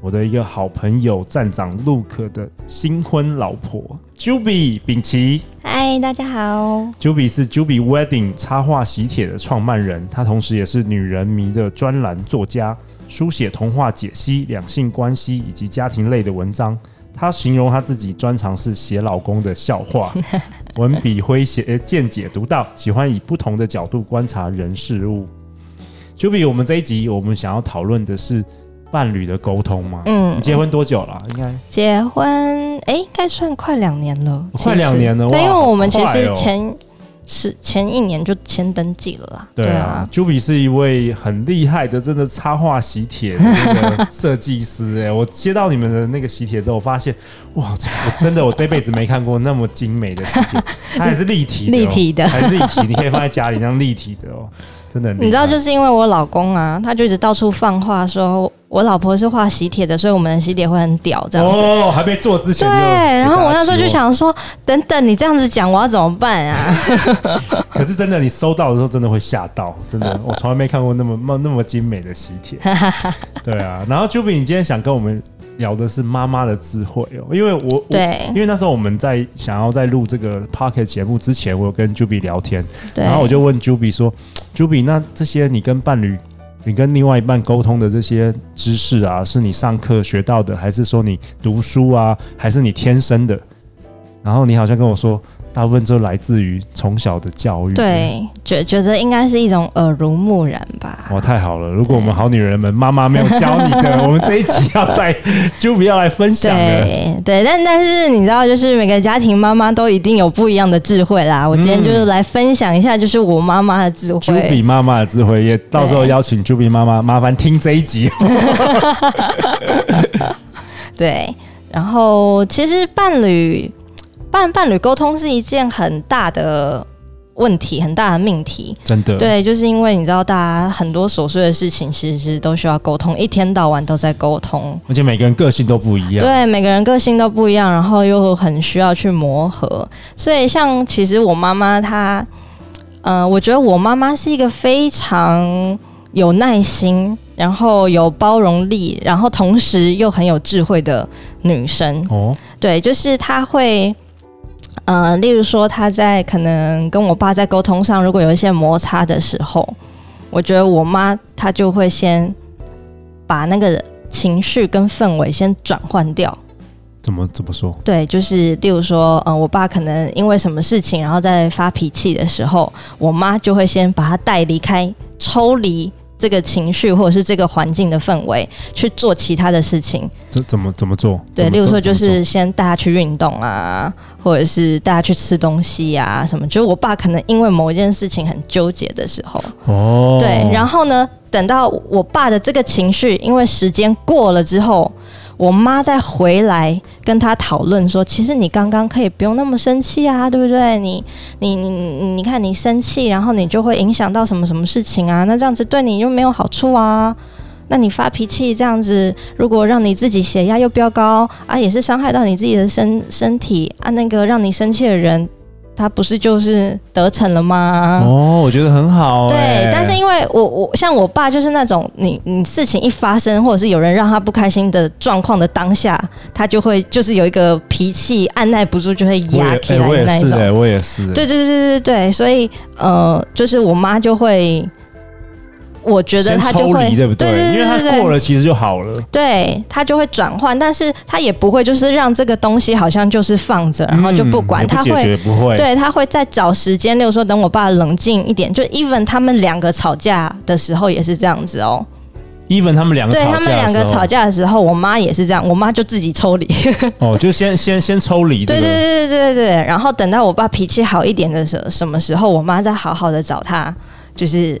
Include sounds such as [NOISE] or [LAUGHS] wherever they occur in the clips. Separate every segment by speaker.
Speaker 1: 我的一个好朋友站长 Luke 的新婚老婆 Juby 秉琦。
Speaker 2: 嗨，大家好。
Speaker 1: Juby 是 Juby Wedding 插画喜帖的创办人，他同时也是女人迷的专栏作家，书写童话解析、两性关系以及家庭类的文章。他形容他自己专长是写老公的笑话，文笔诙谐，呃见解独到，喜欢以不同的角度观察人事物。Juby，我们这一集我们想要讨论的是伴侣的沟通吗？
Speaker 2: 嗯啊
Speaker 1: 你，结婚多久了？应该
Speaker 2: 结婚哎，应该算快两年了，
Speaker 1: 快
Speaker 2: 其实
Speaker 1: 两年了
Speaker 2: 对，
Speaker 1: 哇
Speaker 2: 因为我们其
Speaker 1: 好快
Speaker 2: 实
Speaker 1: 哦
Speaker 2: 前是、前一年就先登记了啦。
Speaker 1: 对啊，，Juby 是一位很厉害的，真的插画喜帖的那个设计师、哎，我接到你们的那个喜帖之后，我发现哇，这我真的我这辈子没看过那么精美的喜
Speaker 2: [LAUGHS]
Speaker 1: 帖，它还是立体的哦、
Speaker 2: 立体的
Speaker 1: 还是立体，你可以放在家里这样立体的哦，真的很厉害。
Speaker 2: 你知道，就是是因为我老公啊，他就一直到处放话说，我老婆是画喜帖的，所以我们的喜帖会很屌这样子。
Speaker 1: 哦，还没做之前
Speaker 2: 对，
Speaker 1: 就
Speaker 2: 然后
Speaker 1: 给大
Speaker 2: 我
Speaker 1: 家
Speaker 2: 那时候就
Speaker 1: 希望，
Speaker 2: 想说，等等，你这样子讲，我要怎么办啊？
Speaker 1: 可是真的，你收到的时候真的会吓到，真的，我从来没看过那么那那么精美的喜帖。对啊，然后 Juby，你今天想跟我们聊的是妈妈的智慧哦，因为我我
Speaker 2: 对
Speaker 1: 因为那时候我们在想要在录这个 p o c k e t 节目之前，我有跟 Juby 聊天，[LAUGHS]
Speaker 2: 对，
Speaker 1: 然后我就问 Juby 说：“Juby，那这些你跟伴侣、你跟另外一半沟通的这些知识啊，是你上课学到的，还是说你读书啊，还是你天生的？”然后你好像跟我说，大部分都来自于从小的教育。。
Speaker 2: 对觉觉得应该是一种耳濡目染吧。
Speaker 1: 哇，哦太好了！如果我们好女人们妈妈没有教你
Speaker 2: [LAUGHS]
Speaker 1: 的，我们这一集要带 Juby 要来分享了。
Speaker 2: 对对，但但是你知道，就是每个家庭妈妈都一定有不一样的智慧啦。我今天就是来分享一下，就是我妈妈的智
Speaker 1: 朱
Speaker 2: 慧。
Speaker 1: 比妈妈的智慧，也到时候邀请朱比妈妈，麻烦听这一集。哦
Speaker 2: 对，然后其实伴侣伴伴侣沟通是一件很大的问题，很大的命题。
Speaker 1: 真的，
Speaker 2: 对，就是因为你知道，大家很多琐碎的事情其实都需要沟通，一天到晚都在沟通。
Speaker 1: 而且每个人个性都不一样。
Speaker 2: 对，每个人个性都不一样，然后又很需要去磨合。所以，像其实我妈妈她，呃，我觉得我妈妈是一个非常有耐心，然后有包容力，然后同时又很有智慧的女生。
Speaker 1: 哦，
Speaker 2: 对，就是她会。呃，例如说，她在可能跟我爸在沟通上，如果有一些摩擦的时候，我觉得我妈她就会先把那个情绪跟氛围先转换掉，
Speaker 1: 怎么怎么说？
Speaker 2: 对，就是例如说，嗯、我爸可能因为什么事情，然后在发脾气的时候，我妈就会先把他带离开，抽离这个情绪或者是这个环境的氛围，去做其他的事情。
Speaker 1: 这怎么怎么做？怎
Speaker 2: 对，
Speaker 1: 么
Speaker 2: 例如说
Speaker 1: 怎
Speaker 2: 就
Speaker 1: 么做
Speaker 2: 是先带他去运动啊，或者是带他去吃东西啊，什么。就是我爸可能因为某一件事情很纠结的时候，
Speaker 1: 哦，
Speaker 2: 对，然后呢，等到我爸的这个情绪，因为时间过了之后，我妈再回来跟他讨论说，其实你刚刚可以不用那么生气啊，对不对？你你你你你看你生气，然后你就会影响到什么什么事情啊？那这样子对你又没有好处啊。那你发脾气这样子，如果让你自己血压又飙高啊，也是伤害到你自己的身身体啊。那个让你生气的人，他不是就是得逞了吗？
Speaker 1: 哦，我觉得很好欸。
Speaker 2: 对，但是因为我我像我爸就是那种你你事情一发生，或者是有人让他不开心的状况的当下，他就会就是有一个脾气按耐不住就会
Speaker 1: 我
Speaker 2: 压啊
Speaker 1: 也
Speaker 2: 起
Speaker 1: 哎
Speaker 2: 来
Speaker 1: 我
Speaker 2: 的
Speaker 1: 也
Speaker 2: 那一
Speaker 1: 是
Speaker 2: 种。
Speaker 1: 哎，我也是欸。
Speaker 2: 对对对对对对，所以呃，就是我妈就会，我觉得
Speaker 1: 先
Speaker 2: 她就
Speaker 1: 抽
Speaker 2: 会
Speaker 1: 离，对不
Speaker 2: 对
Speaker 1: 对？
Speaker 2: 对对
Speaker 1: 因为它
Speaker 2: 对
Speaker 1: 过了，其实就好了。
Speaker 2: 对他就会转换，但是他也不会就是让这个东西好像就是放着，然后就不管，
Speaker 1: 嗯
Speaker 2: 他
Speaker 1: 也不
Speaker 2: 会
Speaker 1: 解决不会。
Speaker 2: 对，他会再找时间，例如说等我爸冷静一点，就 even 他们两个吵架的时候也是这样子哦。
Speaker 1: ，even 他们两个
Speaker 2: 对
Speaker 1: 吵架的
Speaker 2: 他们
Speaker 1: 时候
Speaker 2: 两个吵架的时候，我妈也是这样，我妈就自己抽离。
Speaker 1: 哦，就先先先抽离这
Speaker 2: 对对
Speaker 1: 个。
Speaker 2: 对对对对。然后等到我爸脾气好一点的时候，什么时候我妈再好好的找他，就是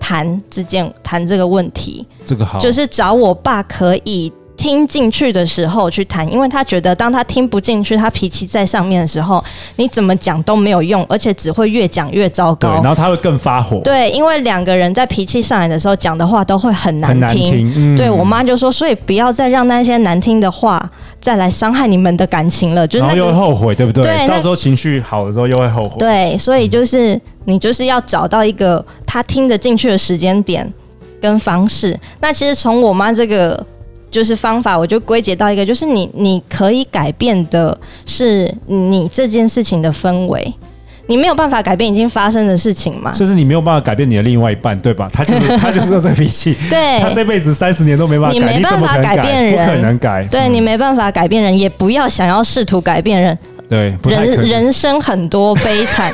Speaker 2: 谈这件谈这个问题，
Speaker 1: 这个好，
Speaker 2: 就是找我爸可以。听进去的时候去谈，因为他觉得当他听不进去，他脾气在上面的时候，你怎么讲都没有用，而且只会越讲越糟
Speaker 1: 对，
Speaker 2: 糕
Speaker 1: 然。后他会更发火，
Speaker 2: 对，因为两个人在脾气上来的时候讲的话都会很
Speaker 1: 很难听。嗯
Speaker 2: 对我妈就说，所以不要再让那些难听的话再来伤害你们的感情了，就是
Speaker 1: 然
Speaker 2: 那
Speaker 1: 后又会
Speaker 2: 个。
Speaker 1: 后悔，对不对？
Speaker 2: 对那
Speaker 1: 到时候情绪好的时候又会后悔。
Speaker 2: 对，所以就是你就是要找到一个他听得进去的时间点跟方式。那其实从我妈这个就是方法，我就归结到一个，就是你你可以改变的是你这件事情的氛围，你没有办法改变已经发生的事情嘛。
Speaker 1: 甚至你没有办法改变你的另外一半，对吧？他就是
Speaker 2: [LAUGHS]
Speaker 1: 他就是这个脾气，
Speaker 2: 对，
Speaker 1: 他这辈子三十年都没办法
Speaker 2: 哎你
Speaker 1: 改，
Speaker 2: 没
Speaker 1: 你怎么
Speaker 2: 办法
Speaker 1: 可能
Speaker 2: 改变人
Speaker 1: 不可能改，
Speaker 2: 对你没办法改变人，也不要想要试图改变人。
Speaker 1: 对，不太可
Speaker 2: 人
Speaker 1: 能。
Speaker 2: 人生很多
Speaker 1: [LAUGHS]
Speaker 2: 悲惨，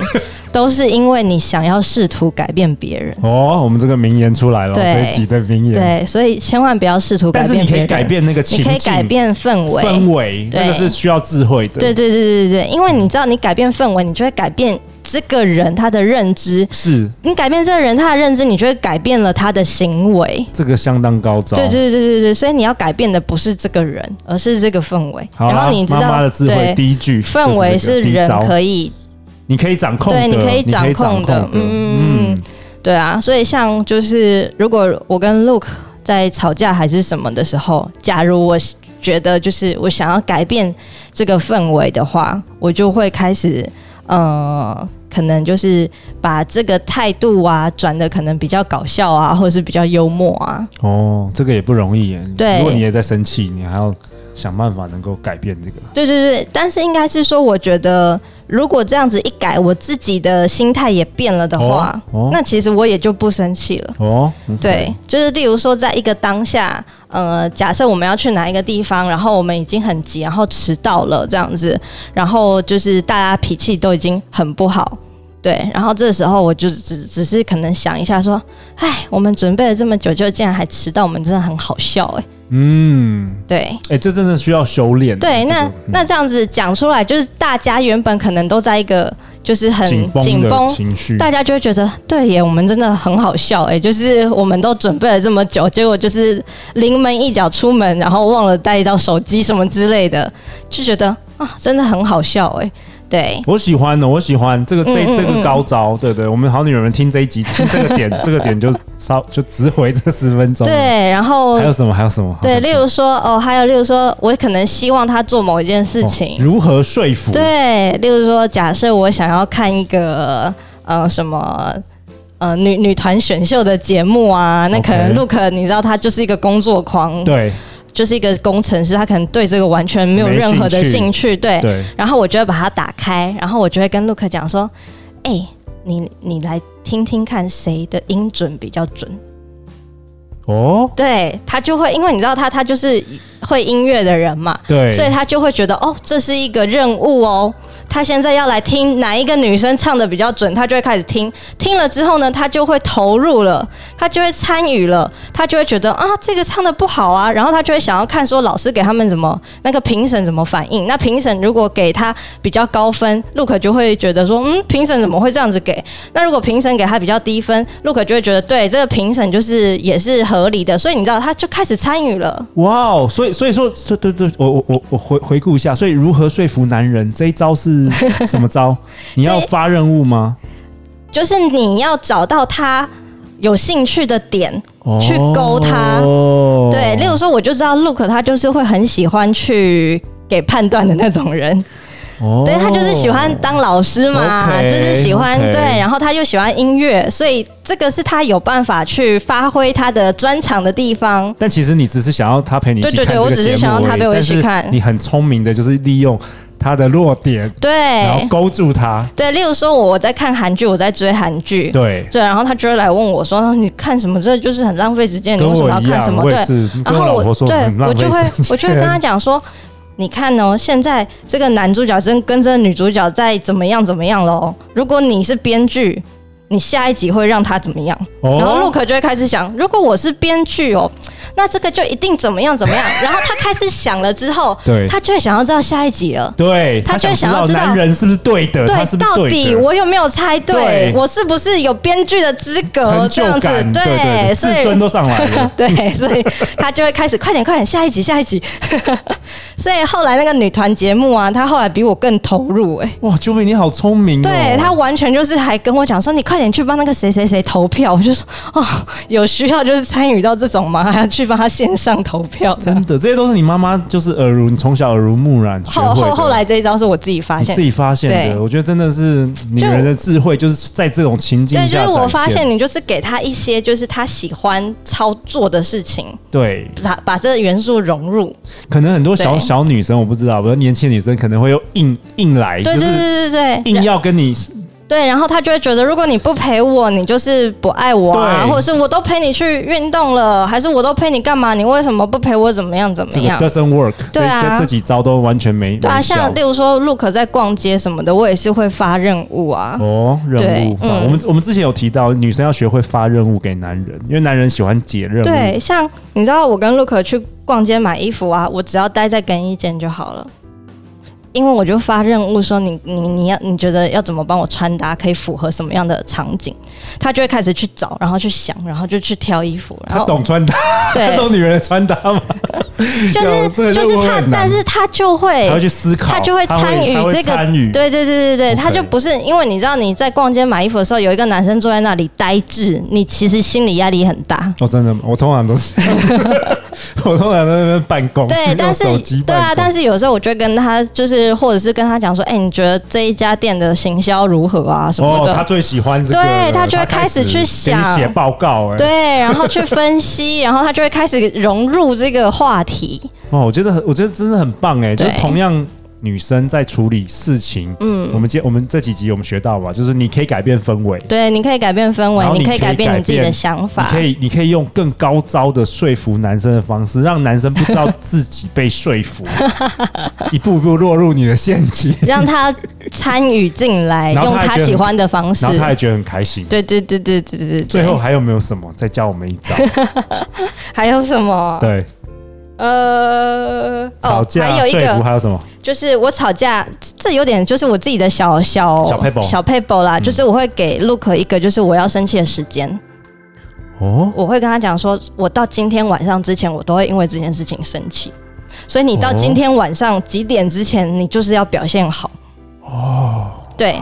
Speaker 2: 都是因为你想要试图改变别人。
Speaker 1: 哦，我们这个名言出来了，
Speaker 2: 对
Speaker 1: 这一集的名言。，
Speaker 2: 对，所以千万不要试图
Speaker 1: 但
Speaker 2: 改
Speaker 1: 是
Speaker 2: 变
Speaker 1: 你可
Speaker 2: 别
Speaker 1: 以
Speaker 2: 人，
Speaker 1: 改变那个情
Speaker 2: 你可以改
Speaker 1: 境
Speaker 2: 变氛围。
Speaker 1: 氛围，
Speaker 2: 对
Speaker 1: 那个是需要智慧的。
Speaker 2: 对对对对对，因为你知道，你改变氛围，你就会改变这个人他的认知。
Speaker 1: 是
Speaker 2: 你改变这个人他的认知，你就会改变了他的行为。
Speaker 1: 这个相当高招。
Speaker 2: 对对对对对，所以你要改变的不是这个人，而是这个氛围。
Speaker 1: 好
Speaker 2: 然
Speaker 1: 啦，
Speaker 2: 后你知道，
Speaker 1: 妈妈的智慧
Speaker 2: 对
Speaker 1: 第一句就是这个，
Speaker 2: 氛围是
Speaker 1: 第一
Speaker 2: 人
Speaker 1: 招
Speaker 2: 可以
Speaker 1: 你可以掌控的，
Speaker 2: 对你可以掌
Speaker 1: 控
Speaker 2: 控的嗯
Speaker 1: 嗯，
Speaker 2: 对啊，所以像就是如果我跟 Luke 在吵架还是什么的时候，假如我觉得就是我想要改变这个氛围的话，我就会开始呃，可能就是把这个态度啊转的可能比较搞笑啊，或者是比较幽默啊。
Speaker 1: 哦，这个也不容易耶。
Speaker 2: 对
Speaker 1: 如果你也在生气，你还要想办法能够改变这个。
Speaker 2: 对对对，但是应该是说，我觉得如果这样子一改，我自己的心态也变了的话，
Speaker 1: 哦哦
Speaker 2: 那其实我也就不生气了。
Speaker 1: 哦，嗯
Speaker 2: 对，就是例如说，在一个当下，呃，假设我们要去哪一个地方，然后我们已经很急，然后迟到了这样子，然后就是大家脾气都已经很不好，对，然后这时候我就只只是可能想一下说，哎，我们准备了这么久，就竟然还迟到，我们真的很好笑哎、
Speaker 1: 嗯，
Speaker 2: 对。
Speaker 1: 哎，这真的需要修炼。
Speaker 2: 对，
Speaker 1: 这个嗯
Speaker 2: 那那这样子讲出来，就是大家原本可能都在一个就是很
Speaker 1: 紧绷
Speaker 2: 紧
Speaker 1: 的
Speaker 2: 绷、
Speaker 1: 情绪，
Speaker 2: 大家就会觉得，对耶，我们真的很好笑哎，就是我们都准备了这么久，结果就是临门一脚出门，然后忘了带到手机什么之类的，就觉得啊，真的很好笑哎，对。
Speaker 1: 我喜欢的，哦我喜欢这个这
Speaker 2: 嗯嗯
Speaker 1: 这个
Speaker 2: 嗯
Speaker 1: 高招。对对，我们好女人们听这一集，听这个
Speaker 2: [LAUGHS]
Speaker 1: 点，这个点就稍就值回这十分钟。，
Speaker 2: 对，然后
Speaker 1: 还有什么？还有什么？
Speaker 2: 对，例如说哦，还有例如说，我可能希望他做某一件事
Speaker 1: 哦
Speaker 2: 情，
Speaker 1: 如何说服？
Speaker 2: 对，例如说，假设我想要看一个呃什么。呃，女女团选秀的节目啊，那可能
Speaker 1: OK
Speaker 2: Look，你知道他就是一个工作狂，
Speaker 1: 对
Speaker 2: 就是一个工程师，他可能对这个完全没有任何的
Speaker 1: 没兴趣
Speaker 2: 兴趣，对。
Speaker 1: 对，
Speaker 2: 然后我就会把它打开，然后我就会跟 Look 讲说：“哎、你你来听听看谁的音准比较准。
Speaker 1: 哦，
Speaker 2: 对”他就会，因为你知道他他就是会音乐的人嘛，
Speaker 1: 对，
Speaker 2: 所以他就会觉得哦，这是一个任务哦。他现在要来听哪一个女生唱的比较准，他就会开始听。听了之后呢，他就会投入了，他就会参与了，他就会觉得啊，这个唱的不好啊，然后他就会想要看说老师给他们怎么那个评审怎么反应。那评审如果给他比较高分，Look 就会觉得说，嗯，评审怎么会这样子给？那如果评审给他比较低分，Look 就会觉得对这个评审就是也是合理的。所以你知道，他就开始参与了。
Speaker 1: 哇哦，所以所以说，对对对，我我我我回回顾一下，所以如何说服男人这一招是什么
Speaker 2: [LAUGHS]
Speaker 1: 招？你要发任务吗？
Speaker 2: 就是你要找到他有兴趣的点。
Speaker 1: 哦
Speaker 2: 去勾他
Speaker 1: 哦
Speaker 2: 对，例如说，我就知道 Look 他就是会很喜欢去给判断的那种人，
Speaker 1: 哦
Speaker 2: 对他就是喜欢当老师嘛
Speaker 1: OK，
Speaker 2: 就是喜欢
Speaker 1: OK
Speaker 2: 对，然后他又喜欢音乐，所以这个是他有办法去发挥他的专长的地方。
Speaker 1: 但其实你只是想要他陪你一起
Speaker 2: 对对对
Speaker 1: 看这个
Speaker 2: 我只是
Speaker 1: 节目
Speaker 2: 想要他
Speaker 1: 而已
Speaker 2: 陪我一起
Speaker 1: 但是
Speaker 2: 看
Speaker 1: 你很聪明的，就是利用他的弱点，然后
Speaker 2: 对
Speaker 1: 勾住他。
Speaker 2: 对，例如说，我我在看韩剧，我在追韩剧。
Speaker 1: 对，
Speaker 2: 对，然后他就会来问我说：“你看什么？这就是很浪费时间，你
Speaker 1: 跟
Speaker 2: 为什么
Speaker 1: 我
Speaker 2: 要
Speaker 1: 一
Speaker 2: 看什
Speaker 1: 样，
Speaker 2: 么？”
Speaker 1: 我
Speaker 2: 对
Speaker 1: 也，是
Speaker 2: 然
Speaker 1: 跟
Speaker 2: 后
Speaker 1: 我老婆说
Speaker 2: 对
Speaker 1: 很浪
Speaker 2: 我
Speaker 1: 费
Speaker 2: 就会
Speaker 1: 时间。
Speaker 2: 我就会跟他讲说，你看哦，现在这个男主角正跟这个女主角在怎么样怎么样喽。如果你是编剧，你下一集会让他怎么样？然后
Speaker 1: 哦，
Speaker 2: Luke 就会开始想，如果我是编剧哦，那这个就一定怎么样怎么样。然后他开始想了之后，
Speaker 1: 对
Speaker 2: 他就会想要知道下一集了。
Speaker 1: 对
Speaker 2: 他就
Speaker 1: 想
Speaker 2: 想要
Speaker 1: 知
Speaker 2: 知
Speaker 1: 道
Speaker 2: 道
Speaker 1: 男人是不是对的，他是不是
Speaker 2: 到
Speaker 1: 对
Speaker 2: 底
Speaker 1: 的
Speaker 2: 我有没有猜对？
Speaker 1: 对
Speaker 2: 我是不是有编剧的资格？
Speaker 1: 成
Speaker 2: 这
Speaker 1: 就
Speaker 2: 样子，
Speaker 1: 感，对对，
Speaker 2: 所
Speaker 1: 自
Speaker 2: 以。
Speaker 1: 尊都上来了
Speaker 2: [LAUGHS] 对，所以他就会开始快点快点，下一集下一集。 [LAUGHS] 所以后来那个女团节目啊，她后来比我更投入哎、
Speaker 1: 哇，九美你好聪明哦！
Speaker 2: 对她完全就是还跟我讲说，你快点去帮那个谁谁谁投票。我就说 [LAUGHS] 哦，有需要就是参与到这种吗？还要去帮他线上投票？
Speaker 1: 真 [LAUGHS] 的，这些都是你妈妈就是耳濡，你从小耳濡目染学
Speaker 2: 后
Speaker 1: 会
Speaker 2: 后
Speaker 1: 的
Speaker 2: 后来这一招是我自己发
Speaker 1: 你
Speaker 2: 现
Speaker 1: 自，己发现
Speaker 2: 对
Speaker 1: 的。我觉得真的是女人的智慧，就是在这种情境
Speaker 2: 对，就
Speaker 1: 下
Speaker 2: 是
Speaker 1: 展
Speaker 2: 我发
Speaker 1: 现
Speaker 2: 现你就是给他一些就是他喜欢操作的事情，
Speaker 1: 对，
Speaker 2: 把把这个元素融入。
Speaker 1: 可能很多小
Speaker 2: 对
Speaker 1: 小女生我不知道，比如年轻的女生可能会用硬硬来，
Speaker 2: 对
Speaker 1: 就
Speaker 2: 对
Speaker 1: 是
Speaker 2: 对对对，
Speaker 1: 硬要跟你
Speaker 2: 对，然后他就会觉得，如果你不陪我，你就是不爱我啊，
Speaker 1: 对
Speaker 2: 或者是我都陪你去运动了，还是我都陪你干嘛？你为什么不陪我？怎么样？怎么
Speaker 1: 这个
Speaker 2: 样？
Speaker 1: doesn't work，这
Speaker 2: 对啊
Speaker 1: 这这几招都完全没
Speaker 2: 对啊，
Speaker 1: 没效
Speaker 2: 像例如说 l 可在逛街什么的，我也是会发任务啊。
Speaker 1: 哦，任务
Speaker 2: 对
Speaker 1: 啊
Speaker 2: 嗯
Speaker 1: 我们我们之前有提到，女生要学会发任务给男人，因为男人喜欢解任务。
Speaker 2: 对，像你知道我跟 l 可去逛街买衣服啊，我只要待在更衣间就好了。因为我就发任务说你你你要你觉得要怎么帮我穿搭可以符合什么样的场景，他就会开始去找，然后去想，然后就去挑衣服，然
Speaker 1: 他
Speaker 2: 后
Speaker 1: 懂穿搭，
Speaker 2: 对
Speaker 1: 他懂女人的穿搭吗？有这
Speaker 2: 就是
Speaker 1: 个
Speaker 2: 就
Speaker 1: 任务
Speaker 2: 是他
Speaker 1: 很，难
Speaker 2: 但是他就会
Speaker 1: 他会去思考，
Speaker 2: 他就会参与
Speaker 1: 他会
Speaker 2: 这个
Speaker 1: 参与。
Speaker 2: 对对对对对，他
Speaker 1: OK
Speaker 2: 就不是因为你知道你在逛街买衣服的时候，有一个男生坐在那里呆滞，你其实心理压力很大。
Speaker 1: 哦，真的吗，我通常都
Speaker 2: [LAUGHS]
Speaker 1: 是，我通常都在那边办公，
Speaker 2: 对，但是
Speaker 1: 用手机
Speaker 2: 对
Speaker 1: 办公
Speaker 2: 啊，但是有时候我就会跟他就是，或者是跟他讲说，哎、你觉得这一家店的行销如何啊什么
Speaker 1: 哦，
Speaker 2: 的，
Speaker 1: 他最喜欢这个了，
Speaker 2: 对他就会开始去
Speaker 1: 给你
Speaker 2: 想
Speaker 1: 写报告，哎，
Speaker 2: [LAUGHS] 对，然后去分析，然后他就会开始融入这个话题。
Speaker 1: 哦，我觉得很我觉得真的很棒哎，就是
Speaker 2: 对
Speaker 1: 同样女生在处理事情，嗯，我们今我们这几集我们学到嘛，就是你可以改变氛围。
Speaker 2: 对，你可以改变氛围
Speaker 1: 然，后
Speaker 2: 你
Speaker 1: 你
Speaker 2: 可以
Speaker 1: 可以
Speaker 2: 改变
Speaker 1: 改
Speaker 2: 你自己的
Speaker 1: 变
Speaker 2: 想
Speaker 1: 你
Speaker 2: 法。
Speaker 1: 可以，你可以用更高招的说服男生的方式，让男生不知道自己被说
Speaker 2: [LAUGHS]
Speaker 1: 服，一步步落入你的陷阱，
Speaker 2: 让他参与进来，
Speaker 1: [LAUGHS] 然后
Speaker 2: 用
Speaker 1: 他还
Speaker 2: 他
Speaker 1: 觉得
Speaker 2: 喜欢的方式
Speaker 1: 然。后他还觉得很开心。
Speaker 2: 对对对对对对对。
Speaker 1: 最后还有没有什么？再教我们一
Speaker 2: [LAUGHS]
Speaker 1: 招。
Speaker 2: 还有什么？
Speaker 1: 对，
Speaker 2: 呃，哦
Speaker 1: 吵架、
Speaker 2: 还有一
Speaker 1: 说服，
Speaker 2: 个
Speaker 1: 还有什么？
Speaker 2: 就是我吵架，这有点就是我自己的小小
Speaker 1: 小 paper 嗯
Speaker 2: 小 paper 啦，就是我会给 Look 一个就是我要生气的时间，
Speaker 1: 哦，
Speaker 2: 我会跟他讲说，我到今天晚上之前，我都会因为这件事情生气。所以你到
Speaker 1: 哦
Speaker 2: 今天晚上几点之前，你就是要表现好。哦，对，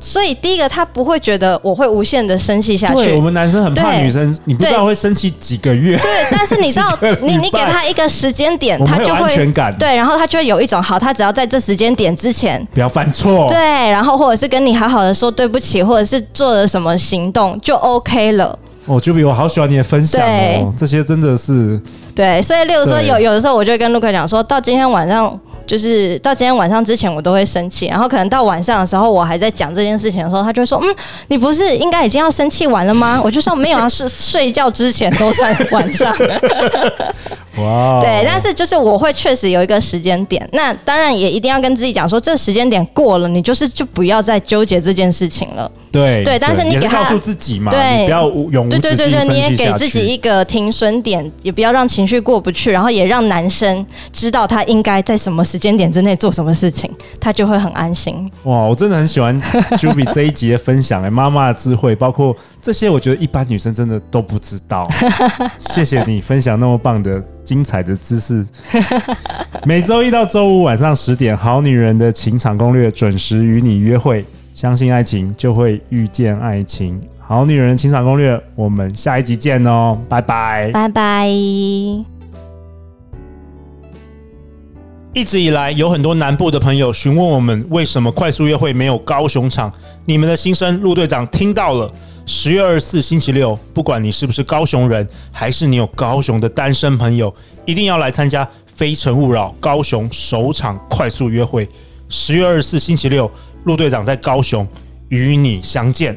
Speaker 2: 所以第一个他不会觉得我会无限的生气下去，
Speaker 1: 对我们男生很怕
Speaker 2: 对
Speaker 1: 女生，你不知道会生气几个月，
Speaker 2: 对，但是你知道
Speaker 1: 几个，
Speaker 2: 你
Speaker 1: 礼
Speaker 2: 你给
Speaker 1: 拜
Speaker 2: 他一个时间
Speaker 1: [LAUGHS]
Speaker 2: 点，
Speaker 1: 我们
Speaker 2: 他
Speaker 1: 会有
Speaker 2: 就
Speaker 1: 安全
Speaker 2: 会
Speaker 1: 感，
Speaker 2: 对，然后他就会有一种好，他只要在这时间点之前。
Speaker 1: 不要犯错。
Speaker 2: 对，然后或者是跟你好好的说对不起，或者是做了什么行动就 OK 了。
Speaker 1: 哦，就比我好喜欢你的分享哦，这些真的是
Speaker 2: 对，所以例如说
Speaker 1: 对
Speaker 2: 有有的时候我就会跟陆克讲说，到今天晚上就是到今天晚上之前我都会生气，然后可能到晚上的时候我还在讲这件事情的时候，他就会说，嗯，你不是应该已经要生气完了吗？我就说没有啊，是睡觉之前都算晚上。
Speaker 1: 哇哦。
Speaker 2: 对，但是就是我会确实有一个时间点，那当然也一定要跟自己讲说，这时间点过了，你就是就不要再纠结这件事情了。
Speaker 1: 对
Speaker 2: 对但是你
Speaker 1: 也
Speaker 2: 给他
Speaker 1: 告诉自己嘛，
Speaker 2: 对
Speaker 1: 你不要无永无
Speaker 2: 对
Speaker 1: 止
Speaker 2: 对
Speaker 1: 境
Speaker 2: 对对，
Speaker 1: 生
Speaker 2: 你也
Speaker 1: 气
Speaker 2: 给
Speaker 1: 下
Speaker 2: 自己
Speaker 1: 去。
Speaker 2: 一个停损点，也不要让情绪过不去，然后也让男生知道他应该在什么时间点之内做什么事情，他就会很安心。
Speaker 1: 哇，我真的很喜欢 Juby 这一集的分享，哎， [LAUGHS] 妈妈的智慧，包括这些，我觉得一般女生真的都不知道。谢谢你分享那么棒的精彩的知识。 [LAUGHS] 每周一到周五晚上十点，《好女人的情场攻略》准时与你约会。相信爱情，就会遇见爱情。好女人的情场攻略，我们下一集见哦，拜拜。
Speaker 2: 拜拜。
Speaker 1: 一直以来，有很多南部的朋友询问我们，为什么快速约会没有高雄场？你们的心声，陆队长听到了。十月二十四星期六，不管你是不是高雄人，还是你有高雄的单身朋友，一定要来参加《非诚勿扰》高雄首场快速约会。十月二十四星期六，陆队长在高雄与你相见。